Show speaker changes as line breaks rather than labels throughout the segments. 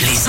Les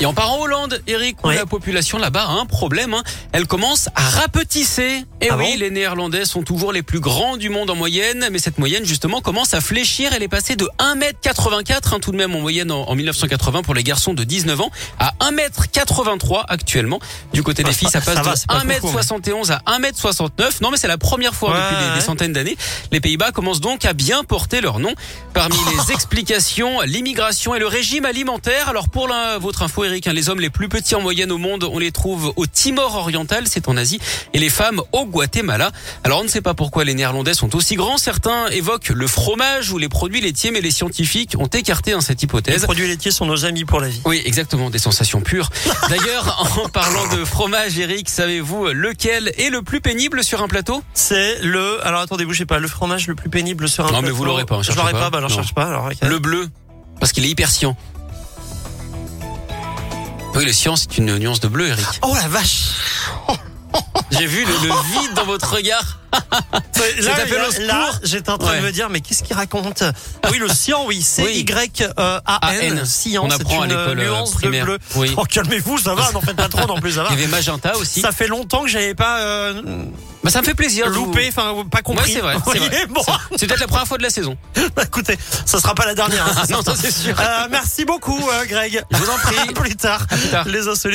Et on part en Hollande, Eric, où
Oui.
la population là-bas a un problème. hein. Elle commence à rapetisser. Et
Ah
oui,
bon
les Néerlandais sont toujours les plus grands du monde en moyenne, mais cette moyenne justement commence à fléchir. Elle est passée de 1m84, hein, tout de même en moyenne en, en 1980 pour les garçons de 19 ans, à 1m83 actuellement. Du côté des
Ah,
filles, ça
ça
passe
va, c'est pas
de
beaucoup, mais-
1m71 à 1m69. Non, mais c'est la première fois depuis
Ouais,
des- des,
ouais.
centaines d'années. Les Pays-Bas commencent donc à bien porter leur nom. Parmi les explications, l'immigration et le régime alimentaire. Alors pour la- votre info, Eric, hein, les hommes les plus petits en moyenne au monde, on les trouve au Timor oriental, c'est en Asie, et les femmes au Guatemala. Alors on ne sait pas pourquoi les Néerlandais sont aussi grands. Certains évoquent le fromage ou les produits laitiers, mais les scientifiques ont écarté hein, cette
Les
hypothèse.
produits laitiers sont nos amis pour la vie.
Oui, exactement, des sensations pures. D'ailleurs, en parlant de fromage, Eric, savez-vous lequel est le plus pénible sur un plateau
C'est le. Alors attendez, bougez pas. Le fromage le plus pénible sur un.
Non, mais
plateau.
vous l'aurez pas, hein,
Je
cherchez
l'aurais
pas.
pas. Bah alors
Non.
cherche pas. Alors. ok.
Le bleu, parce qu'il est hyper cyan. Oui, le cyan, c'est une nuance de bleu, Eric.
Oh la vache.
J'ai vu le, le vide dans votre regard.
Là,
appelé
là,
au secours.
là, j'étais en train
Ouais.
de me dire, mais qu'est-ce qu'il raconte Ah Oui, le cyan, oui, C
Oui.
Y euh, A
AN.
N. Cyan,
On
c'est
apprend à
une
l'école, euh,
nuance de
primaire.
bleu.
Oui.
Oh, calmez-vous, ça va. N'en faites pas trop, non plus, ça va.
Il y avait magenta aussi.
Ah. Ça fait longtemps que j'avais pas euh,
Bah, ça me fait plaisir. de vous-
loupé, enfin pas compris.
Ouais, c'est vrai,
Vous
c'est vrai.
voyez, bon.
C'est peut-être la première fois de la saison.
Bah, écoutez, ça sera pas la dernière. hein,
Non,
certain.
ça, c'est sûr.
Euh, merci beaucoup, euh, Greg.
Je vous en prie.
À plus tard.
plus tard.
Les insolites.